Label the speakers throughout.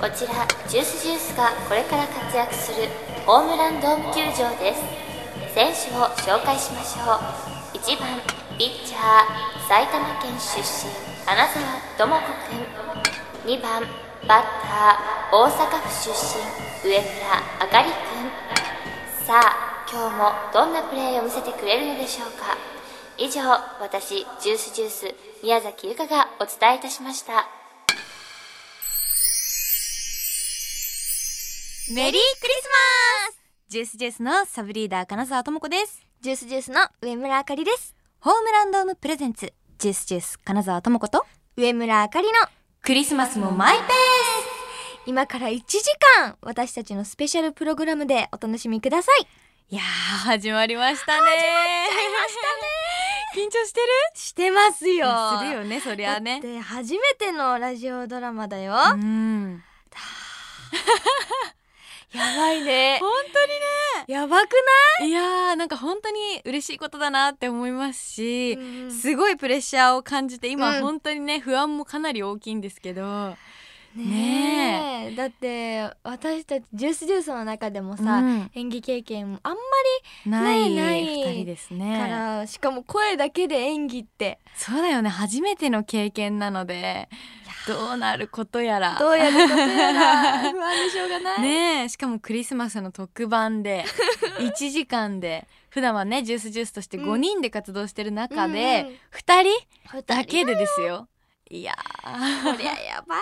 Speaker 1: こちらジュースジュースがこれから活躍するホームランドーム球場です選手を紹介しましょう1番ピッチャー埼玉県出身花澤智子くん2番バッター大阪府出身上村あかりくんさあ今日もどんなプレーを見せてくれるのでしょうか以上私ジュースジュース宮崎由香がお伝えいたしました
Speaker 2: メリークリスマスジュースジュースのサブリーダー金沢智子です
Speaker 3: ジュースジュースの上村あかりです
Speaker 2: ホームランドームプレゼンツジュースジュース金沢智子と
Speaker 3: 上村あかりの
Speaker 2: クリスマスもマイペー
Speaker 3: 今から1時間私たちのスペシャルプログラムでお楽しみください
Speaker 2: スいやー始まりましたね 緊張してる
Speaker 3: してますよ
Speaker 2: するよねそりゃね
Speaker 3: だって初めてのラジオドラマだよ、
Speaker 2: ん
Speaker 3: やばいね
Speaker 2: 本
Speaker 3: やばく
Speaker 2: 当にいやーなんか本当に嬉しいことだなって思いますし、
Speaker 3: ない、
Speaker 2: すごいプレッシャーを感じて今、
Speaker 3: うん
Speaker 2: 本当にね不安もかなり大きいんですけど
Speaker 3: ねえだって私たちジュースジュースの中でもさ、
Speaker 2: うん
Speaker 3: 演技経験もあんま
Speaker 2: ない
Speaker 3: ない
Speaker 2: 二人です
Speaker 3: り
Speaker 2: ね
Speaker 3: から、しかも声だけで演技って
Speaker 2: そうだよね初めての経験なのでどうなることやら
Speaker 3: どうやることや ら不安でしょうがない、
Speaker 2: ねえしかもクリスマスの特番 で1時間で普段はねジュースジュースとして
Speaker 3: うん
Speaker 2: 5人で活動してる中
Speaker 3: うんう
Speaker 2: で
Speaker 3: ん
Speaker 2: 2人
Speaker 3: 二人
Speaker 2: だけでですよ。いやー
Speaker 3: こりゃやばい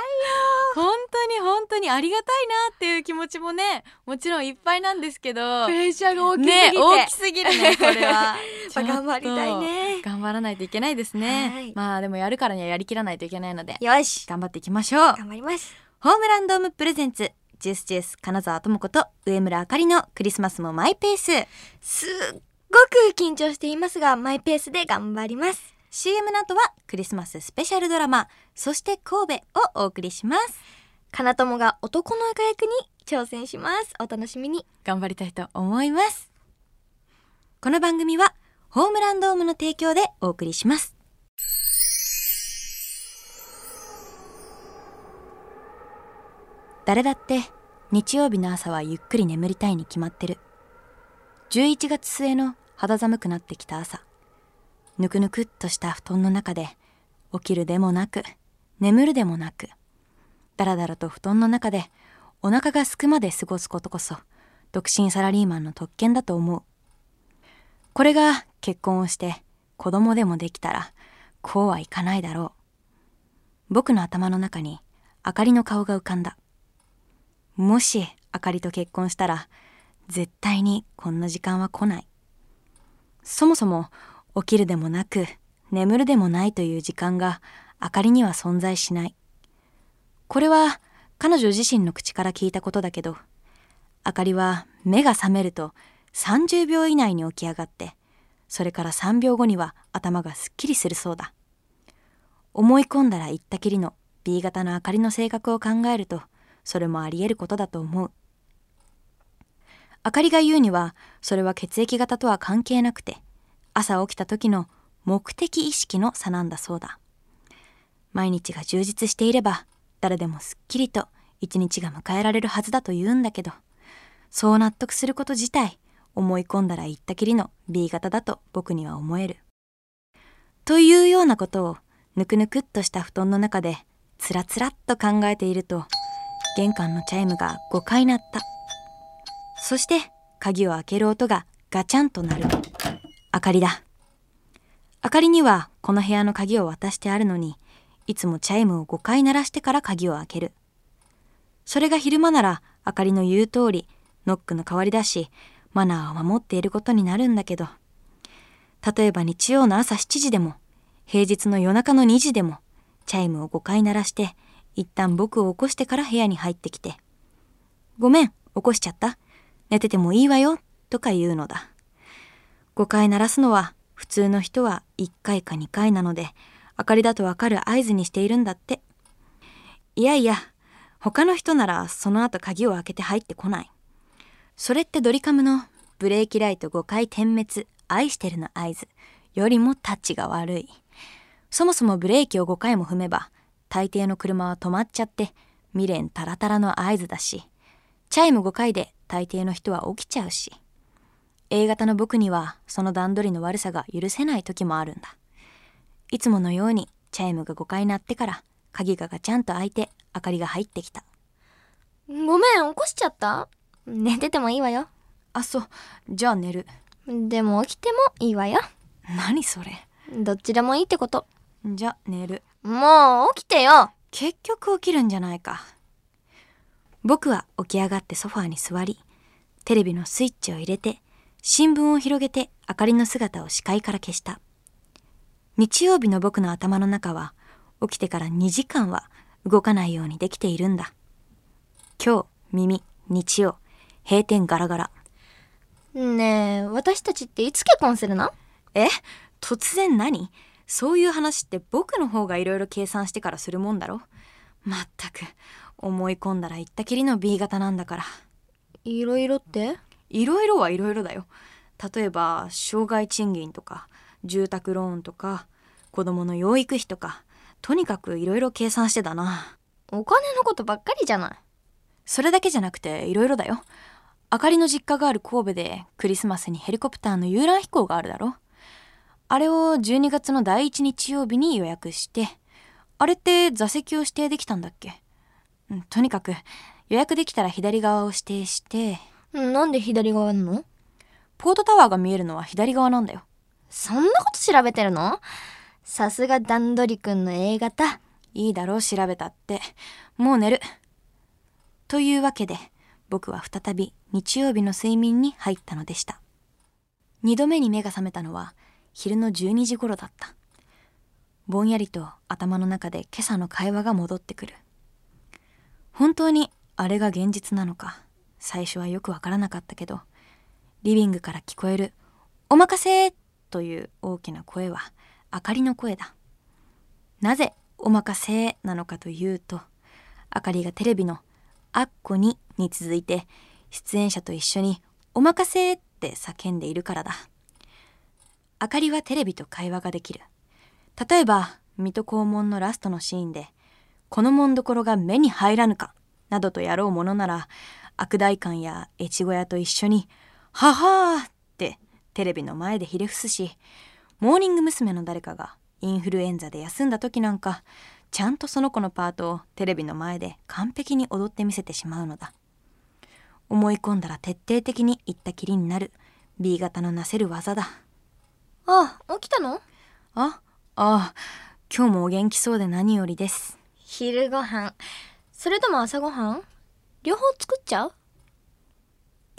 Speaker 2: 本当に本当にありがたいなっていう気持ちもねもちろんいっぱいなんですけど
Speaker 3: プレッシャーが大きすぎ
Speaker 2: ね大きす
Speaker 3: て、。
Speaker 2: ぎるねこれは
Speaker 3: まあ頑張りたいね
Speaker 2: 頑張らないといけないですね、
Speaker 3: はい
Speaker 2: まあでもやるからにはやりきらないといけないので
Speaker 3: よし
Speaker 2: 頑張っていきましょう
Speaker 3: 頑張ります
Speaker 2: ホームランドームプレゼンツジュースジュース金沢智子と上村あかりのクリスマスもマイペース
Speaker 3: すっごく緊張していますがマイペースで頑張ります
Speaker 2: CM の後はクリスマススペシャルドラマそして神戸をお送りします
Speaker 3: かなともが男の役役に挑戦しますお楽しみに
Speaker 2: 頑張りたいと思いますこの番組はホームランドームの提供でお送りします誰だって日曜日の朝はゆっくり眠りたいに決まってる11月末の肌寒くなってきた朝ぬくぬくっとした布団の中で起きるでもなく眠るでもなくだらだらと布団の中でお腹が空くまで過ごすことこそ独身サラリーマンの特権だと思うこれが結婚をして子供でもできたらこうはいかないだろう僕の頭の中にあかりの顔が浮かんだもしあかりと結婚したら絶対にこんな時間は来ないそもそも起きるでもなく眠るでもないという時間があかりには存在しないこれは彼女自身の口から聞いたことだけど、あかりは目が覚めると30秒以内に起き上がって、それから3秒後には頭がすっきりするそうだ。思い込んだら言ったきりの B 型のあかりの性格を考えると、それもあり得ることだと思う。あかりが言うには、それは血液型とは関係なくて、朝起きた時の目的意識の差なんだそうだ。毎日が充実していれば誰でもすっきりと一日が迎えられるはずだと言うんだけどそう納得すること自体思い込んだら言ったきりの B 型だと僕には思える。というようなことをぬくぬくっとした布団の中でつらつらっと考えていると玄関のチャイムが5回鳴ったそして鍵を開ける音がガチャンと鳴る明かりだ明かりにはこの部屋の鍵を渡してあるのにいつもチャイムを5回鳴らしてから鍵を開けるそれが昼間なら明かりの言う通りノックの代わりだしマナーを守っていることになるんだけど例えば日曜の朝7時でも平日の夜中の2時でもチャイムを5回鳴らして一旦僕を起こしてから部屋に入ってきて「ごめん起こしちゃった寝ててもいいわよ」とか言うのだ。5回鳴らすのは普通の人は1回か2回なので明かりだとわかる合図にしているんだっていやいや他の人ならその後鍵を開けて入ってこないそれってドリカムのブレーキライト5回点滅愛してるの合図よりもタッチが悪いそもそもブレーキを5回も踏めば大抵の車は止まっちゃって未練たらたらの合図だしチャイム5回で大抵の人は起きちゃうし A 型の僕にはその段取りの悪さが許せない時もあるんだいつものようにチャイムが5回鳴ってから鍵がガチャンと開いて明かりが入ってきた
Speaker 3: ごめん起こしちゃった寝ててもいいわよ
Speaker 2: あそうじゃあ寝る
Speaker 3: でも起きてもいいわよ
Speaker 2: 何それ
Speaker 3: どっちでもいいってこと
Speaker 2: じゃあ寝る
Speaker 3: もう起きてよ
Speaker 2: 結局起きるんじゃないか僕は起き上がってソファーに座りテレビのスイッチを入れて新聞を広げて明かりの姿を視界から消した日曜日の僕の頭の中は起きてから2時間は動かないようにできているんだ今日耳日曜閉店ガラガラ
Speaker 3: ねえ私たちっていつ結婚するの
Speaker 2: え突然何そういう話って僕の方がいろいろ計算してからするもんだろまったく思い込んだら言ったきりの B 型なんだから
Speaker 3: いろいろって
Speaker 2: いろいろはいろいろだよ例えば障害賃金とか住宅ローンとか子供の養育費とかとにかくいろいろ計算してたな
Speaker 3: お金のことばっかりじゃない
Speaker 2: それだけじゃなくていろいろだよあかりの実家がある神戸でクリスマスにヘリコプターの遊覧飛行があるだろあれを12月の第1日曜日に予約してあれって座席を指定できたんだっけうんとにかく予約できたら左側を指定して
Speaker 3: なんで左側なの
Speaker 2: ポートタワーが見えるのは左側なんだよ
Speaker 3: そんなこと調べてるのさすが段取りくんの A 型
Speaker 2: いいだろう調べたってもう寝るというわけで僕は再び日曜日の睡眠に入ったのでした2度目に目が覚めたのは昼の12時頃だったぼんやりと頭の中で今朝の会話が戻ってくる本当にあれが現実なのか最初はよくわからなかったけどリビングから聞こえる「お任せ!」という大きな声はあかりの声だなぜ「お任せ」なのかというとあかりがテレビの「あっこに」に続いて出演者と一緒に「お任せ!」って叫んでいるからだあかりはテレビと会話ができる例えば水戸黄門のラストのシーンで「この門どころが目に入らぬか」などとやろうものなら悪代官や越後屋と一緒に「ははー!」ってテレビの前でひれ伏すしモーニング娘。の誰かがインフルエンザで休んだ時なんかちゃんとその子のパートをテレビの前で完璧に踊ってみせてしまうのだ思い込んだら徹底的に言ったきりになる B 型のなせる技だ
Speaker 3: あ起きたの
Speaker 2: あああ今日もお元気そうで何よりです
Speaker 3: 昼ご飯それとも朝ごはん両方作っちゃう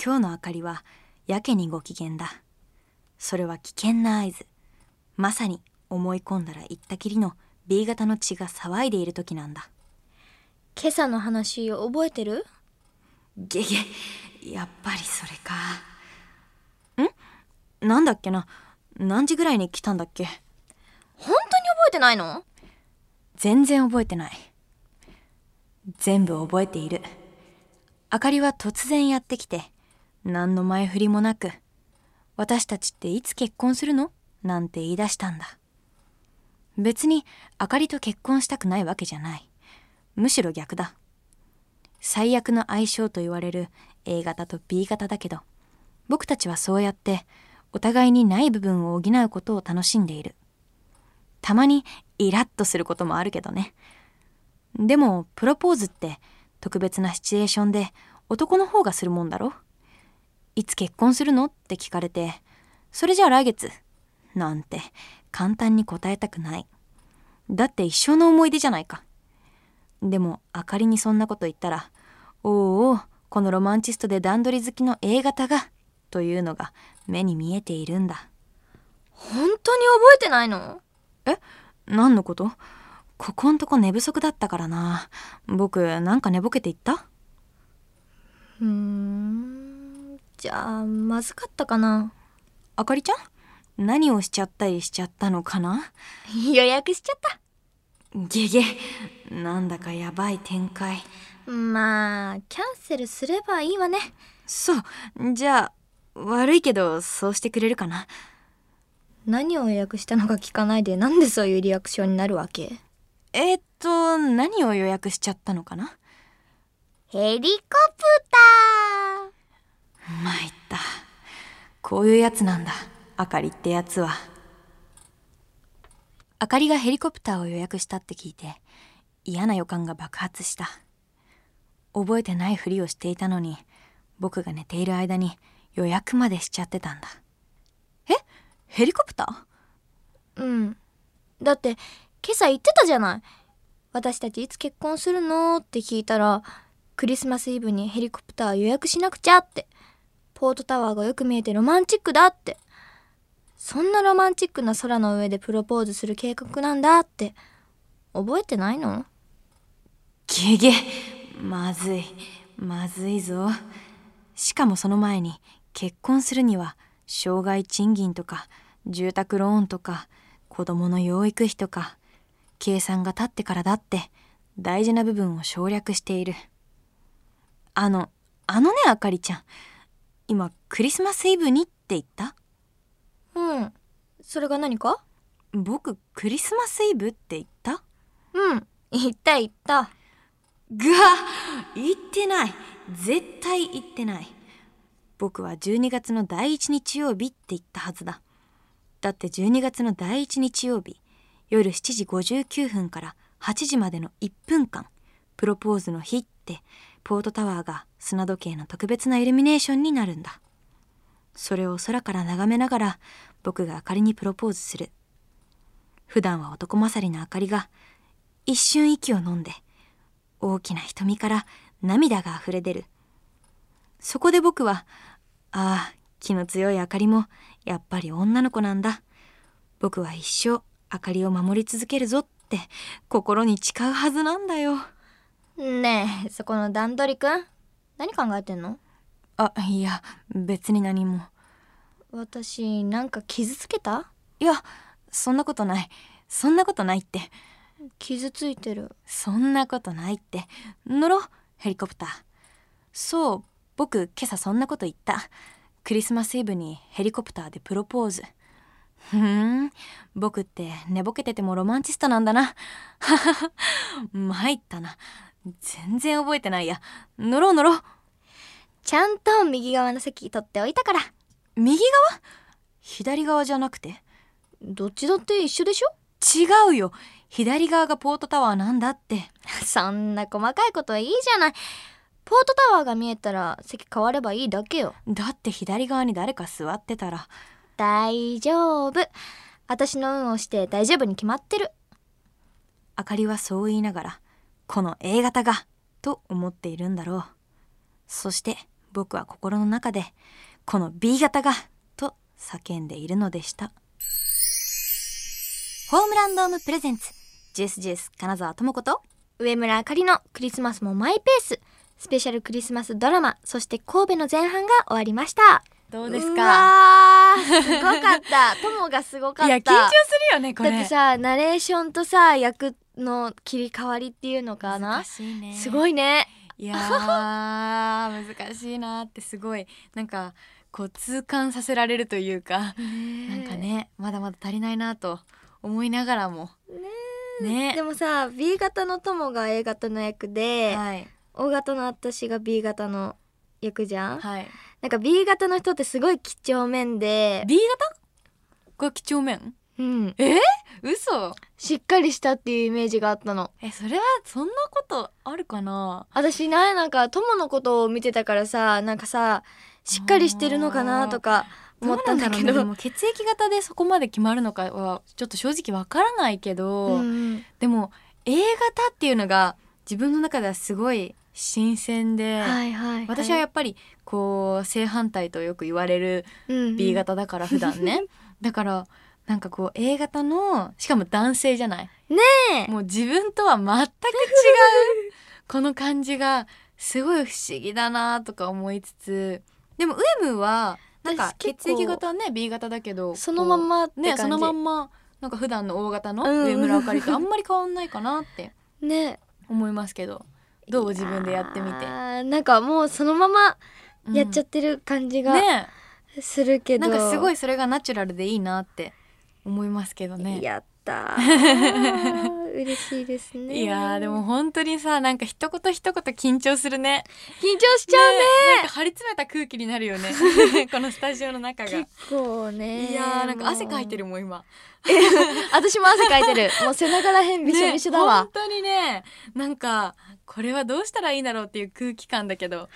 Speaker 2: 今日の明かりはやけにご機嫌だそれは危険な合図まさに思い込んだら言ったきりの B 型の血が騒いでいる時なんだ
Speaker 3: 今朝の話覚えてる
Speaker 2: げげやっぱりそれかんなんだっけな何時ぐらいに来たんだっけ
Speaker 3: 本当に覚えてないの
Speaker 2: 全然覚えてない全部覚えているあかりは突然やってきて何の前振りもなく「私たちっていつ結婚するの?」なんて言い出したんだ別にあかりと結婚したくないわけじゃないむしろ逆だ最悪の相性と言われる A 型と B 型だけど僕たちはそうやってお互いにない部分を補うことを楽しんでいるたまにイラッとすることもあるけどねでもプロポーズって特別なシチュエーションで男の方がするもんだろいつ結婚するのって聞かれてそれじゃあ来月なんて簡単に答えたくないだって一生の思い出じゃないかでもあかりにそんなこと言ったら「おうおうこのロマンチストで段取り好きの A 型が」というのが目に見えているんだ
Speaker 3: 本当に覚えてないの
Speaker 2: え何のことここんとこ寝不足だったからな僕なんか寝ぼけていった
Speaker 3: うーんじゃあまずかったかな
Speaker 2: あかりちゃん何をしちゃったりしちゃったのかな
Speaker 3: 予約しちゃっ
Speaker 2: ゲゲなんだかやばい展開
Speaker 3: たまあキャンセルすればいいわね
Speaker 2: そうじゃあ悪いけどそうしてくれるかな
Speaker 3: 何を予約したのか聞かないでなんでそういうリアクションになるわけ
Speaker 2: えーっと何を予約しちゃったのかな
Speaker 4: ヘリコプ
Speaker 2: 参ったこういうやつなんだあかりってやつはあかりがヘリコプターを予約したって聞いて嫌な予感が爆発した覚えてないふりをしていたのに僕が寝ている間に予約までしちゃってたんだえヘリコプター
Speaker 3: うんだって今朝言ってたじゃない私たちいつ結婚するのって聞いたらクリスマスイブにヘリコプター予約しなくちゃってポートタワーがよく見えてロマンチックだってそんなロマンチックな空の上でプロポーズする計画なんだって覚えてないの
Speaker 2: ゲゲまずいまずいぞしかもその前に結婚するには障害賃金とか住宅ローンとか子供の養育費とか計算が立ってからだって大事な部分を省略しているあのあのねあかりちゃん今クリスマスイブにって言った
Speaker 3: うんそれが何か
Speaker 2: 僕クリスマスイブって言った
Speaker 3: うん言った言った
Speaker 2: ぐわ言ってない絶対言ってない僕は12月の第一日曜日って言ったはずだだって12月の第一日曜日夜7時59分から8時までの1分間プロポーズの日ってポートタワーが砂時計の特別なイルミネーションになるんだそれを空から眺めながら僕があかりにプロポーズする普段は男勝りなあかりが一瞬息を飲んで大きな瞳から涙が溢れ出るそこで僕はああ気の強いあかりもやっぱり女の子なんだ僕は一生あかりを守り続けるぞって心に誓うはずなんだよ
Speaker 3: ねえそこの段取りくん何考えてんの
Speaker 2: あいや別に何も
Speaker 3: 私なんか傷つけた
Speaker 2: いやそんなことないそんなことないって
Speaker 3: 傷ついてる
Speaker 2: そんなことないって乗ろうヘリコプターそう僕今朝そんなこと言ったクリスマスイブにヘリコプターでプロポーズふーん僕って寝ぼけててもロマンチストなんだな ははは参ったな全然覚えてないや乗ろう乗ろう
Speaker 3: ちゃんと右側の席取っておいたから
Speaker 2: 右側左側じゃなくて
Speaker 3: どっちだって一緒でしょ
Speaker 2: 違うよ左側がポートタワーなんだって
Speaker 3: そんな細かいことはいいじゃないポートタワーが見えたら席変わればいいだけよ
Speaker 2: だって左側に誰か座ってたら
Speaker 3: 大丈夫私の運をして大丈夫に決まってる
Speaker 2: あかりはそう言いながらこの A 型がと思っているんだろうそして僕は心の中でこの B 型がと叫んでいるのでしたホームランドームプレゼンツジェスジェス金沢智子と
Speaker 3: 上村あかりのクリスマスもマイペーススペシャルクリスマスドラマそして神戸の前半が終わりました
Speaker 2: ど
Speaker 4: ターうわーすごかっ た友がすごかった
Speaker 2: るよね
Speaker 3: だってさナレーションとさ役の切り替わりっていうのかな
Speaker 2: しいね
Speaker 3: すごいね
Speaker 2: いやー難しいなーってすごいなんかこう痛感させられるというかなんかねまだまだ足りないなと思いながらもね
Speaker 3: でもさ B 型の友が A 型の役で、
Speaker 2: はい
Speaker 3: O 型の私が B 型の役じゃん、
Speaker 2: はい
Speaker 3: なんか B 型の人ってすごい几帳面で、
Speaker 2: B 型が几帳面
Speaker 3: うん、
Speaker 2: 嘘
Speaker 3: しっかりしたっていうイメージがあったの
Speaker 2: えそれはそんなことあるかな
Speaker 3: 私ななんか友のことを見てたからさなんかさしっかりしてるのかなとか思ったんだけど
Speaker 2: うなんろうねでも血液型でそこまで決まるのかはちょっと正直わからないけど、
Speaker 3: うん
Speaker 2: でも A 型っていうのが自分の中ではすごい新鮮で、
Speaker 3: はいはいい、
Speaker 2: 私はやっぱりこう正反対とよく言われる
Speaker 3: うんうん
Speaker 2: B 型だから普段 ねだからなんかこう A 型のしかも男性じゃない
Speaker 3: ねえ
Speaker 2: もう自分とは全く違う この感じがすごい不思議だなとか思いつつでもウエムはなんか
Speaker 3: 私結
Speaker 2: 血
Speaker 3: 構
Speaker 2: 液型はね B 型だけど
Speaker 3: そのまん
Speaker 2: こ
Speaker 3: まって
Speaker 2: う
Speaker 3: 感じ
Speaker 2: ねそのまんまなんか普段の O 型の
Speaker 3: うん
Speaker 2: 上村あかりとあんまり変わんないかなって
Speaker 3: ね
Speaker 2: 思いますけどどう自分でやってみて
Speaker 3: あーなんかもうそのままやっちゃ
Speaker 2: っ
Speaker 3: ってる感じ
Speaker 2: た
Speaker 3: が
Speaker 2: ねえ
Speaker 3: するけど、
Speaker 2: なんかすご
Speaker 3: い
Speaker 2: いそれがナチュラルでいいなって思いますけどね。
Speaker 3: やっした。あ ー嬉しいですね。
Speaker 2: いやーでも本当にさなんか一言一言緊張するね
Speaker 3: 緊張しちゃうね。
Speaker 2: なんか張り詰めた空気になるよ ねこのスタジオの中がい
Speaker 3: 結構ね。
Speaker 2: やーなんか汗かいて
Speaker 3: る。
Speaker 2: るもん今
Speaker 3: 私も汗かいてる。 もう背中らへんびしょびしょだわ。
Speaker 2: ね、本当にねなんかこれはどうしたらいいんだろうっていう空気感だけど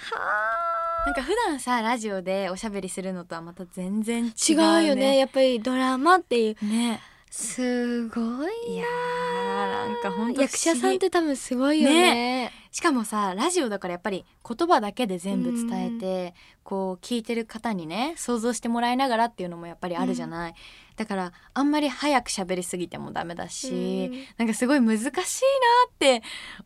Speaker 2: なんか普段さラジオでおしゃべりするのとはまた全然違う
Speaker 3: 違う
Speaker 2: ね
Speaker 3: よね。やっぱりドラマっていう。
Speaker 2: ね
Speaker 3: すごい。
Speaker 2: いやーなんか本当
Speaker 3: 役者さんって多分すごいよね。
Speaker 2: しかもさラジオだからやっぱり言葉だけで全部伝えて、こう聞いてる方にね想像してもらいながらっていうのもやっぱりあるじゃない、だからあんまり早く喋りすぎてもダメだし、
Speaker 3: うん
Speaker 2: なんかすごい難しいなって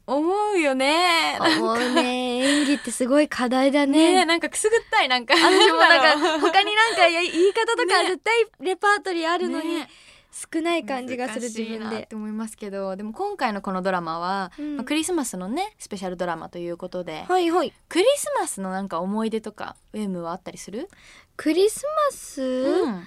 Speaker 2: 思うよね
Speaker 3: もうね、演技ってすごい課題だ
Speaker 2: ね
Speaker 3: ね。
Speaker 2: なんかくすぐったいなんか
Speaker 3: 私もなん
Speaker 2: な
Speaker 3: か
Speaker 2: んだろう
Speaker 3: 他になんかや言い方とか絶対レパートリーあるのに
Speaker 2: ね
Speaker 3: 少ない感じがする自分
Speaker 2: 難しいなっ
Speaker 3: で。
Speaker 2: て思いますけどでも今回のこのドラマは、
Speaker 3: うん
Speaker 2: まあクリスマスのねスペシャルドラマということで、
Speaker 3: はいはい。
Speaker 2: クリスマスのなんか思い出とかウェームはあったりする、
Speaker 3: クリスマス、
Speaker 2: うん、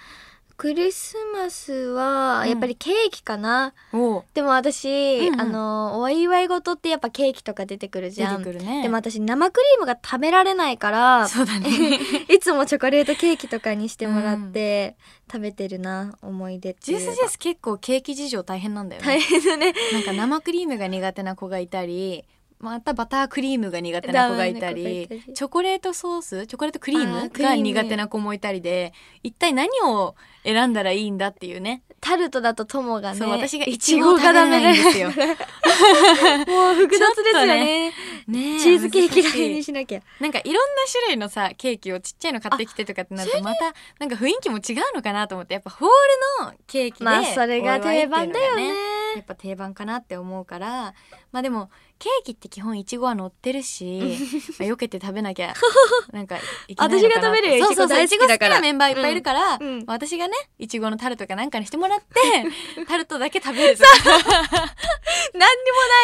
Speaker 3: クリスマスはやっぱりケーキかな。
Speaker 2: お
Speaker 3: でも私、
Speaker 2: うんうん
Speaker 3: あのお祝い事ってやっぱケーキとか出てくるじ
Speaker 2: 出
Speaker 3: ゃ
Speaker 2: て
Speaker 3: ん。
Speaker 2: くるね
Speaker 3: でも私生クリームが食べられないから
Speaker 2: そう だね
Speaker 3: いつもチョコレートケーキとかにしてもらって食べてるな、思い出って
Speaker 2: ジ
Speaker 3: い
Speaker 2: ュ
Speaker 3: う
Speaker 2: ー
Speaker 3: か
Speaker 2: スジュース結構ケーキ事情大変なんだよ
Speaker 3: 大
Speaker 2: ね
Speaker 3: 変だね
Speaker 2: なんか生クリームが苦手な子がいたりまたバタークリームが苦手な子がいたり
Speaker 3: ダメな子がいたり
Speaker 2: チョコレートソースチョコレートクリー
Speaker 3: あ
Speaker 2: ム
Speaker 3: ークリー
Speaker 2: が
Speaker 3: ム
Speaker 2: 苦手な子もいたりで一体何を選んだらいいんだっていうね
Speaker 3: タルトだと友がね
Speaker 2: そう私が
Speaker 3: い
Speaker 2: い
Speaker 3: ち
Speaker 2: ち
Speaker 3: ご
Speaker 2: ご
Speaker 3: が
Speaker 2: が
Speaker 3: ダ
Speaker 2: ダ
Speaker 3: メ
Speaker 2: メ
Speaker 3: な
Speaker 2: なんん
Speaker 3: で
Speaker 2: ですす
Speaker 3: よ
Speaker 2: よ
Speaker 3: もう複雑ですよね
Speaker 2: ねえ
Speaker 3: チーズケーキラインに
Speaker 2: 難しい
Speaker 3: しなきゃ
Speaker 2: なんかいろんな種類のさケーキをちっちゃいの買ってきてとかってなるとまたなんか雰囲気も違うのかなと思ってやっぱホールのケーキで
Speaker 3: まあそれが
Speaker 2: お祝いってい
Speaker 3: 定
Speaker 2: うのが
Speaker 3: 番だよね
Speaker 2: やっぱ定番かなって思うからまあでもケーキって基本いちごは乗ってる しまあ避けて食べなきゃなんかいけないのかなって
Speaker 3: 私が食べるよ
Speaker 2: そうそうそう
Speaker 3: い
Speaker 2: い
Speaker 3: ち
Speaker 2: ち
Speaker 3: ご
Speaker 2: ご好
Speaker 3: 大好きだか
Speaker 2: き
Speaker 3: ら
Speaker 2: なメンバーいっぱいいるから、
Speaker 3: うんうん
Speaker 2: 私がねいちごのタルトかなんかにしてもらってタルトだけ食べるとか
Speaker 3: 何にもな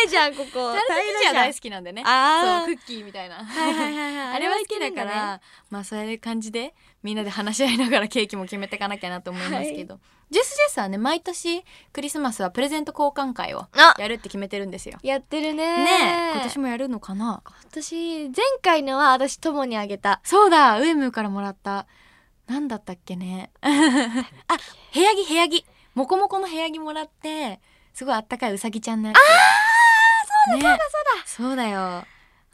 Speaker 3: いじゃんここ
Speaker 2: タルト生地は大好きなんでねそう
Speaker 3: あ
Speaker 2: クッキーみたいな。
Speaker 3: あ はいはいはいは い
Speaker 2: あれは好きだか
Speaker 3: あれは
Speaker 2: ら、まあそういう感じでみんなで話し合いながらケーキも決めていかなきゃなと思いますけど、ジュースジェスはね毎年クリスマスはプレゼント交換会を
Speaker 3: あ
Speaker 2: やるって決めてるんですよ。
Speaker 3: やってるね
Speaker 2: ねえ今年もやるのかな
Speaker 3: 私前回のは私友にあげた
Speaker 2: そうだウェムーからもらったなんだったっけね あ部屋着部屋着モコモコの部屋着もらってすごいあったかいうさぎちゃんのやつあーそうだ、そうだそうだそうだよ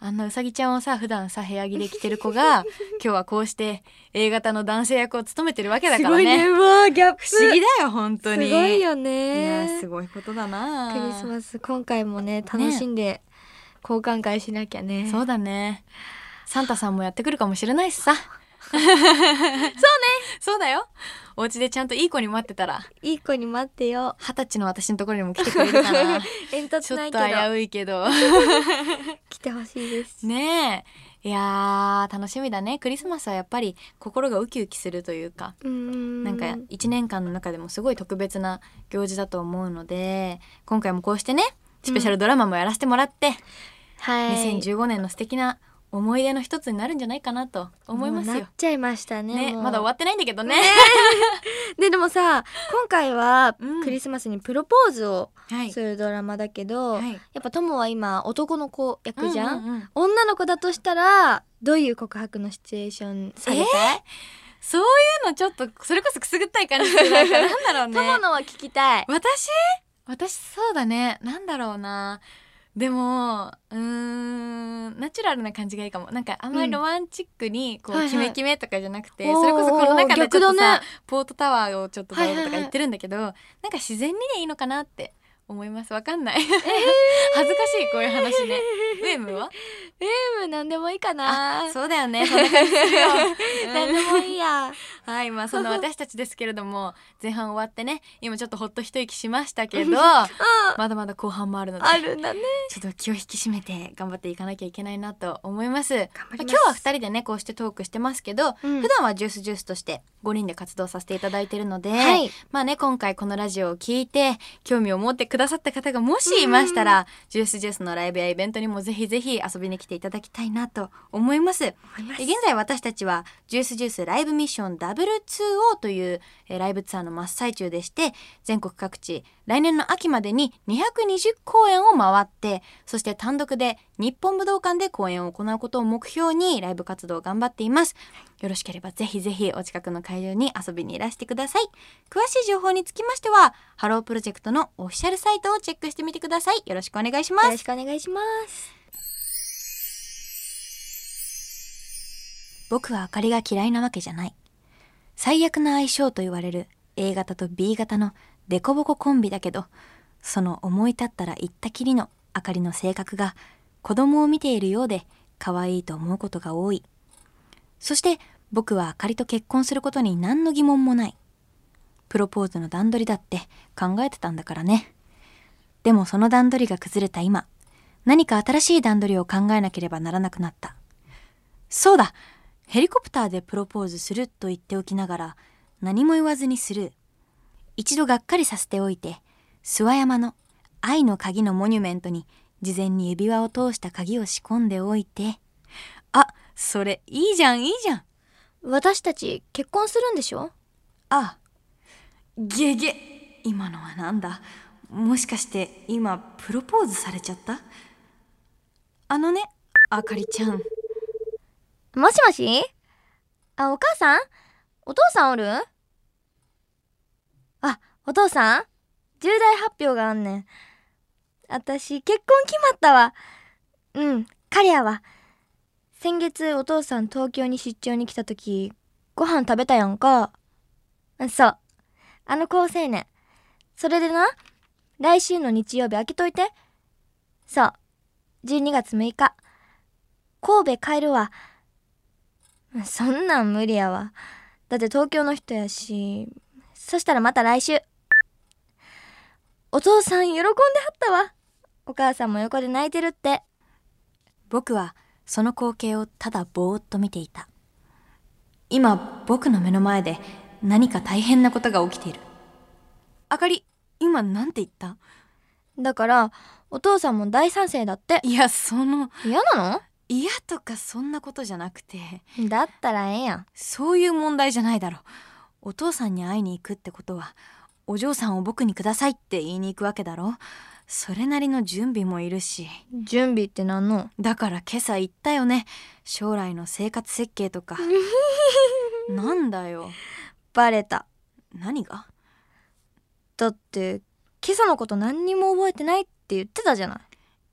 Speaker 2: あんなうさぎちゃんをさ普段さ部屋着で着てる子 が今日はこうして A 型の男性役を務めてるわけだからね
Speaker 3: うわギャップ
Speaker 2: 不思議だよ本当に
Speaker 3: すごいよ
Speaker 2: いや
Speaker 3: ね
Speaker 2: すごいことだな
Speaker 3: クリスマス今回もね楽しんで交換会しなきゃね
Speaker 2: そうだねサンタさんもやってくるかもしれないしさそうねそうだよお家でちゃんといい子に待ってたら
Speaker 3: いい子に待ってよ
Speaker 2: 二十歳の私のところにも来てくれ るかな
Speaker 3: 煙突
Speaker 2: ちょ
Speaker 3: な
Speaker 2: っ
Speaker 3: い
Speaker 2: と
Speaker 3: け
Speaker 2: 危
Speaker 3: ど
Speaker 2: ういけ ど
Speaker 3: 来てほしいです
Speaker 2: ねえいやー楽しみだねクリスマスはやっぱり心がウキウキするというか
Speaker 3: うん
Speaker 2: なんか一年間の中でもすごい特別な行事だと思うので今回もこうしてねスペシャルドラマもやらせてもらって、
Speaker 3: はい
Speaker 2: 2015年の素敵な思い出の一つになるんじゃないかなと思います
Speaker 3: もう
Speaker 2: よ
Speaker 3: なっ。ちゃいましたね
Speaker 2: ね、
Speaker 3: もう
Speaker 2: まだ終わってないんだけどね。
Speaker 3: ででもさ今回は
Speaker 2: うん
Speaker 3: クリスマスにプロポーズを
Speaker 2: は
Speaker 3: するドラマだけど、
Speaker 2: はい
Speaker 3: やっぱ友は今男の子役じゃん,、
Speaker 2: うんうんうん
Speaker 3: 女の子だとしたらどういう告白のシチュエーションされたい、
Speaker 2: そういうのちょっとそれこそくすぐったい感じする なんかなんだろうね。
Speaker 3: 友のは聞きたい
Speaker 2: 私私そうだねなんだろうなでもうーんナチュラルな感じがいいかもなんかあんま
Speaker 3: うん
Speaker 2: りロマンチックにこう、
Speaker 3: はいはい
Speaker 2: キメキメとかじゃなくて
Speaker 3: おー
Speaker 2: それこそこの中でちょっと
Speaker 3: 逆
Speaker 2: さ、
Speaker 3: だね
Speaker 2: ポートタワーをちょっとどう
Speaker 3: はい
Speaker 2: だと
Speaker 3: はい
Speaker 2: か
Speaker 3: はい
Speaker 2: 言ってるんだけど、なんか自然にでいいのかなって思いますわかんない、 恥ずかしいこういう話 ねウェムは
Speaker 3: うん何でもいいかな
Speaker 2: あそうだよねそんな感じす るよ
Speaker 3: 何でもいいや
Speaker 2: はい、まあそんな私たちですけれども、前半終わってね、今ちょっとほっと一息しました けど、まだまだ後半もあるので、
Speaker 3: あるんだね
Speaker 2: ちょっと気を引き締めて頑張っていかなきゃいけないなと思います。
Speaker 3: 張ります
Speaker 2: あ今日は二人でね、こうしてトークしてますけど、
Speaker 3: うん
Speaker 2: 普段はジュースジュースとして5人で活動させていただいているので、
Speaker 3: はい
Speaker 2: まあね、今回このラジオを聞いて、興味を持ってくださった方がもしいましたら、ジュースジュースのライブやイベントにもぜひぜひ遊びに来ていただきたいなと思います。
Speaker 3: います
Speaker 2: で現在私たちは、ジュースジュースライブミッション WW W2O というえーライブツアーの真っ最中でして全国各地来年の秋までに220公演を回ってそして単独で日本武道館で公演を行うことを目標にライブ活動を頑張っていますよろしければぜひぜひお近くの会場に遊びにいらしてください詳しい情報につきましてはハロープロジェクトのオフィシャルサイトをチェックしてみてくださいよろしくお願いします
Speaker 3: よろしくお願いします
Speaker 2: 僕は明かりが嫌いなわけじゃない。最悪な相性と言われる A 型と B 型のデコボココンビだけど、その思い立ったら言ったきりの明かりの性格が子供を見ているようで可愛いと思うことが多い。そして僕は明かりと結婚することに何の疑問もない。プロポーズの段取りだって考えてたんだからね。でもその段取りが崩れた今、何か新しい段取りを考えなければならなくなった。そうだヘリコプターでプロポーズすると言っておきながら何も言わずにする一度がっかりさせておいて諏訪山の愛の鍵のモニュメントに事前に指輪を通した鍵を仕込んでおいてあそれいいじゃんいいじゃん
Speaker 3: 私たち結婚するんでしょ
Speaker 2: あゲゲ今のはなんだもしかして今プロポーズされちゃったあのねあかりちゃん
Speaker 3: もしもしあ、お母さんお父さんおるあ、お父さん重大発表があんねん。私、結婚決まったわ。うん、彼やわ。先月、お父さん東京に出張に来た時、ご飯食べたやんか。あそう。あの高青年。それでな、来週の日曜日開けといて。そう。12月6日。神戸帰るわ。そんなん無理やわ。だって東京の人やし。そしたらまた来週。お父さん喜んではったわ。お母さんも横で泣いてるって。
Speaker 2: 僕はその光景をただぼーっと見ていた今僕の目の前で何か大変なことが起きているあかり今なんて言った
Speaker 3: だから、お父さんも大賛成だって。
Speaker 2: いやその
Speaker 3: 嫌な
Speaker 2: 嫌とかそんなことじゃなくて
Speaker 3: のだったらええやん。
Speaker 2: そういう問題じゃないだろお父さんに会いに行くってことはお嬢さんを僕にくださいって言いに行くわけだろそれなりの準備もいるし
Speaker 3: 準備ってなんの
Speaker 2: だから今朝言ったよね将来の生活設計 とかなんだよ
Speaker 3: バレた。
Speaker 2: 何が
Speaker 3: だって、今朝のこと何にも覚えてないって言ってたじゃない。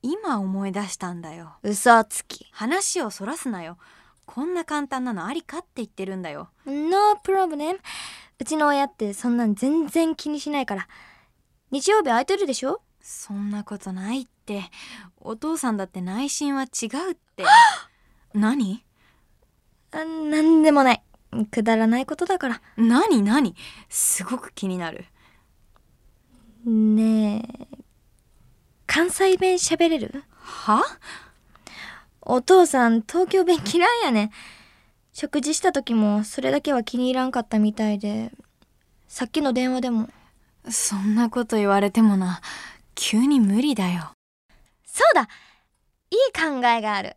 Speaker 2: 今思い出したんだよ
Speaker 3: 嘘つき。
Speaker 2: 話をそらすなよこんな簡単なのありかって言ってるんだよ
Speaker 3: No problem. うちの親ってそんなん全然気にしないから。日曜日空いてるでしょ
Speaker 2: そんなことないってお父さんだって内心は違うって何
Speaker 3: あなんでもない。くだらないことだから。
Speaker 2: 何何すごく気になる
Speaker 3: ねえ。関西弁喋れる
Speaker 2: は
Speaker 3: お父さん、東京弁嫌いやねん。食事した時もそれだけは気に入らんかったみたいで。さっきの電話でも。
Speaker 2: そんなこと言われてもな急に無理だよ
Speaker 3: そうだいい考えがある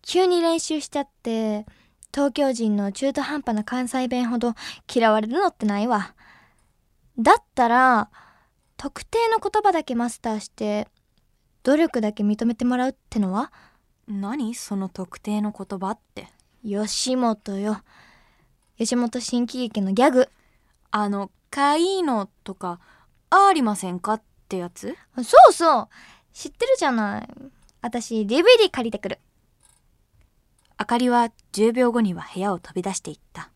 Speaker 3: 急に練習しちゃって東京人の中途半端な関西弁ほど嫌われるのってないわだったら特定の言葉だけマスターして努力だけ認めてもらうってのは
Speaker 2: 何その特定の言葉って
Speaker 3: 吉本よ吉本新喜劇のギャグ
Speaker 2: あの「かいの」とか「ありませんか?」ってやつ
Speaker 3: あそうそう知ってるじゃない私 DVD 借りてくる
Speaker 2: あかりは10秒後には部屋を飛び出していった。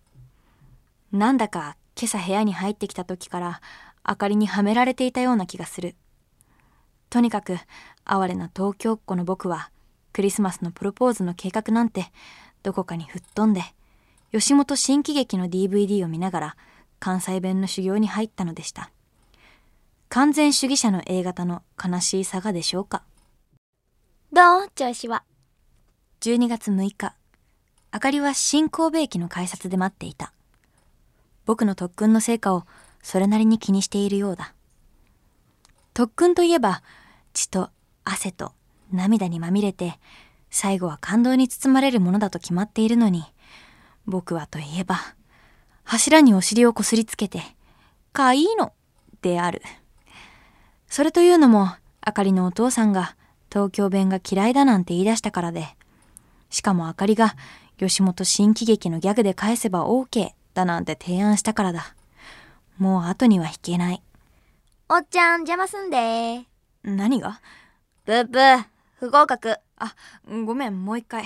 Speaker 2: なんだか今朝部屋に入ってきた時からあかりにはめられていたような気がする。とにかく哀れな東京っ子の僕はクリスマスのプロポーズの計画なんてどこかに吹っ飛んで吉本新喜劇の DVD を見ながら関西弁の修行に入ったのでした。完全主義者の A 型の悲しいさがでしょうか。
Speaker 3: どう調子は
Speaker 2: 12月6日、あかりは新神戸駅の改札で待っていた。僕の特訓の成果をそれなりに気にしているようだ。特訓といえば、血と汗と涙にまみれて、最後は感動に包まれるものだと決まっているのに、僕はといえば、柱にお尻をこすりつけて、かわいいの、である。それというのも、あかりのお父さんが東京弁が嫌いだなんて言い出したからで、しかもあかりが吉本新喜劇のギャグで返せば OK だなんて提案したからだ。もう後には引けない。
Speaker 3: おっちゃん邪魔すんでー
Speaker 2: 何が
Speaker 3: ブーブー不合格
Speaker 2: ごめん、もう一回。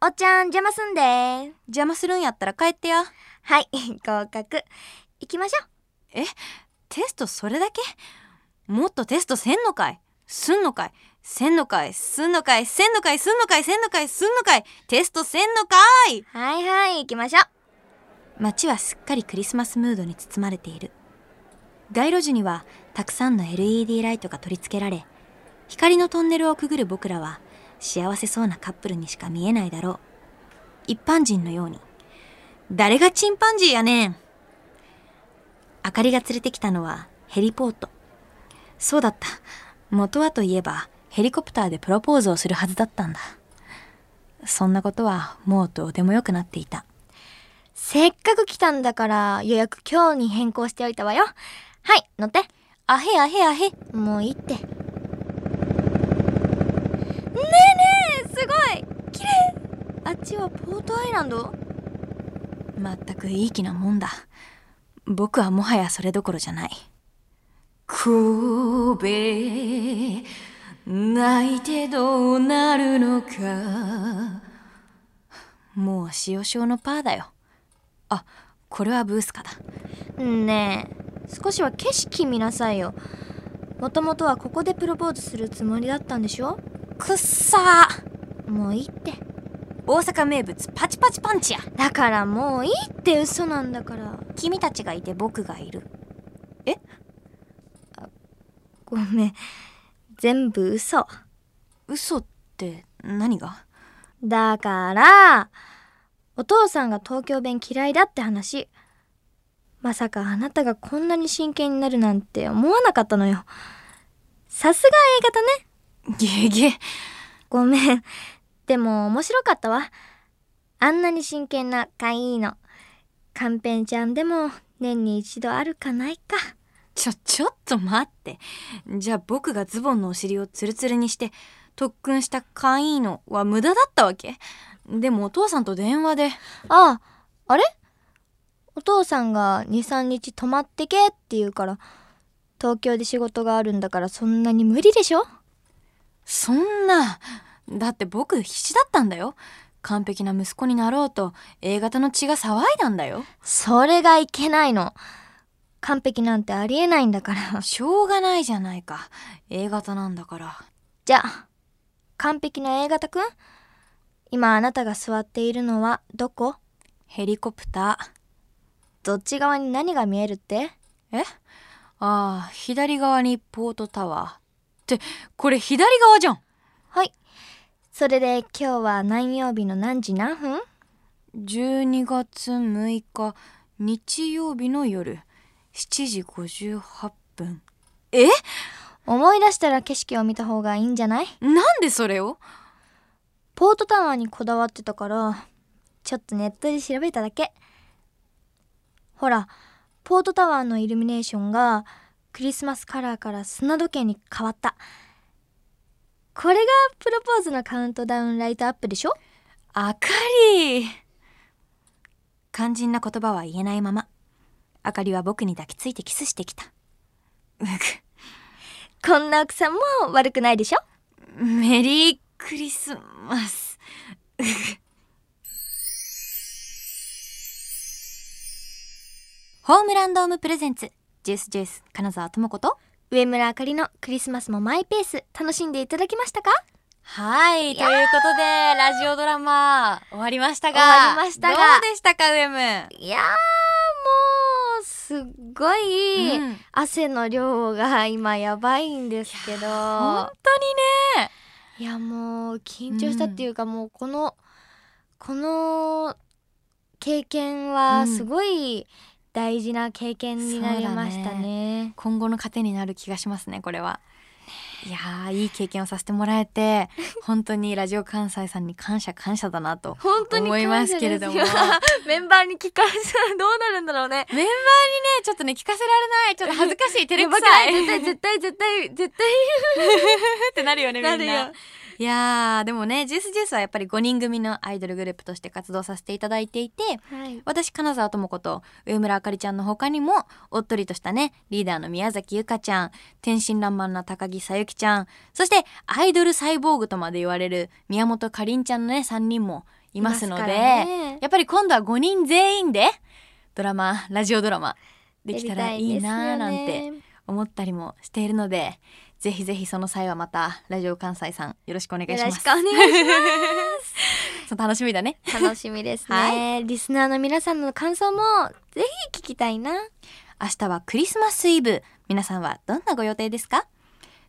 Speaker 3: おっちゃん邪魔すんでー
Speaker 2: 邪魔するんやったら帰ってや。
Speaker 3: はい 合格行きましょう
Speaker 2: テストそれだけもっとテストせんのかいすんのかいせんのかいすんのかいせんのかいすんのかいせんのかいすんのかいテストせんのかい
Speaker 3: はいはい行きましょう
Speaker 2: 街はすっかりクリスマスムードに包まれている街路樹にはたくさんの LED ライトが取り付けられ光のトンネルをくぐる僕らは幸せそうなカップルにしか見えないだろう一般人のように誰がチンパンジーやねんあかりが連れてきたのはヘリポートそうだった元はといえばヘリコプターでプロポーズをするはずだったんだそんなことはもうどうでもよくなっていた
Speaker 3: せっかく来たんだから予約今日に変更しておいたわよはい乗って
Speaker 2: あへあへあへ
Speaker 3: もういいってねえねえすごい綺麗あっちはポートアイランド
Speaker 2: まったくいい気なもんだ僕はもはやそれどころじゃない神戸泣いてどうなるのかもう塩塩のパーだよあこれはブースカだ
Speaker 3: ねえ少しは景色見なさいよもともとはここでプロポーズするつもりだったんでしょ
Speaker 2: くっさ
Speaker 3: もういいって
Speaker 2: 大阪名物パチパチパンチや
Speaker 3: だからもういいって嘘なんだから
Speaker 2: 君たちがいて僕がいる
Speaker 3: ごめん全部嘘
Speaker 2: 嘘って何が
Speaker 3: だからお父さんが東京弁嫌いだって話まさかあなたがこんなに真剣になるなんて思わなかったのよさすが A 型ね
Speaker 2: ゲゲ
Speaker 3: ごめん。でも面白かったわ。あんなに真剣なかいいの。カンペンちゃんでも年に一度あるかないか。
Speaker 2: ちょ、ちょっと待って。じゃあ僕がズボンのお尻をツルツルにして特訓した簡易のは無駄だったわけでもお父さんと電話で。
Speaker 3: ああ、あれお父さんが2、3日泊まってけって言うから、東京で仕事があるんだからそんなに無理でしょ
Speaker 2: そんな。だって僕必死だったんだよ。完璧な息子になろうと A 型の血が騒いだんだよ。
Speaker 3: それがいけないの。完璧なんてありえないんだから。
Speaker 2: しょうがないじゃないか。A 型なんだから。
Speaker 3: じゃあ、完璧な A 型くん今あなたが座っているのはどこ
Speaker 2: ヘリコプター。
Speaker 3: どっち側に何が見えるって
Speaker 2: えああ、左側にポートタワー。って、これ左側じゃん
Speaker 3: はい。それで今日は何曜日の何時何分
Speaker 2: 12月6日日曜日の夜7時58分え
Speaker 3: 思い出したら景色を見た方がいいんじゃない
Speaker 2: なんでそれを
Speaker 3: ポートタワーにこだわってたから、ちょっとネットで調べただけ。ほら、ポートタワーのイルミネーションがクリスマスカラーから砂時計に変わった。これがプロポーズのカウントダウンライトアップでしょ
Speaker 2: あかり肝心な言葉は言えないままあかりは僕に抱きついてキスしてきたう
Speaker 3: こんな奥さんも悪くないでしょ
Speaker 2: ぐメリークリスマス うぐホームランドームプレゼンツジュースジュース金沢智子と
Speaker 3: 上村あかりのクリスマスもマイペース楽しんでいただきましたか
Speaker 2: はい。ということで、ラジオドラマ、終わりましたが。
Speaker 3: 終わりましたが
Speaker 2: どうでしたか、ウエム。
Speaker 3: いやーもうすっごい、
Speaker 2: うん
Speaker 3: 汗の量が今やばいんですけどい
Speaker 2: 本
Speaker 3: や
Speaker 2: 当にね。
Speaker 3: もう緊張したっていうか、もうこのこの経験はすごい大事な経験になりましたね。
Speaker 2: 今後の糧になる気がしますね、これは。いやーいい経験をさせてもらえ て本当にラジオ関西さんに感謝感謝だなと
Speaker 3: 本当に
Speaker 2: 思いますけれどもメン
Speaker 3: 感謝
Speaker 2: バ
Speaker 3: ですよ
Speaker 2: ー
Speaker 3: メンバーに聞かれたらどうなるんだろうね
Speaker 2: にねちょっとね聞かせられないちょっ と恥ずかしい照れ
Speaker 3: やば
Speaker 2: く
Speaker 3: くな
Speaker 2: さ
Speaker 3: い
Speaker 2: い
Speaker 3: 絶対絶対絶対絶
Speaker 2: ってなるよねみん
Speaker 3: 対
Speaker 2: な。
Speaker 3: なるよ
Speaker 2: いやーでもねジュースジュースはやっぱり5人組のアイドルグループとして活動させていただいていて
Speaker 3: はい
Speaker 2: 私金沢智子と上村あかりちゃんの他にもおっとりとしたねリーダーの宮崎ゆかちゃん天真爛漫な高木さゆきちゃんそしてアイドルサイボーグとまで言われる宮本かりんちゃんのね3人もいますので
Speaker 3: いますからね
Speaker 2: やっぱり今度は5人全員でドラマラジオドラマできたらいいなーなん
Speaker 3: やりたいです
Speaker 2: て
Speaker 3: よね
Speaker 2: 思ったりもしているのでぜひぜひその際はまたラジオ関西さんよろしくお願いし
Speaker 3: よ
Speaker 2: ま
Speaker 3: ろ
Speaker 2: す
Speaker 3: しくお願いし
Speaker 2: そう楽しみだね
Speaker 3: ます楽しみですね、
Speaker 2: は
Speaker 3: リスナーの皆さんの感想もぜひ聞きたいな
Speaker 2: 明日はクリスマスイブ皆さんはどんなご予定ですか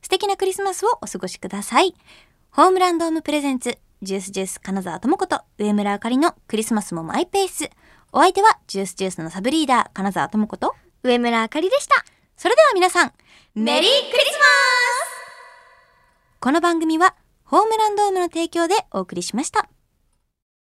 Speaker 2: 素敵なクリスマスをお過ごしくださいホームランドームプレゼンツジュースジュース金沢智子と上村あかりのクリスマスもマイペースお相手はジュースジュースのサブリーダー金沢智子と
Speaker 3: 上村あかりでした
Speaker 2: それでは皆さんメリークリスマスこの番組はホームランドームの提供でお送りしました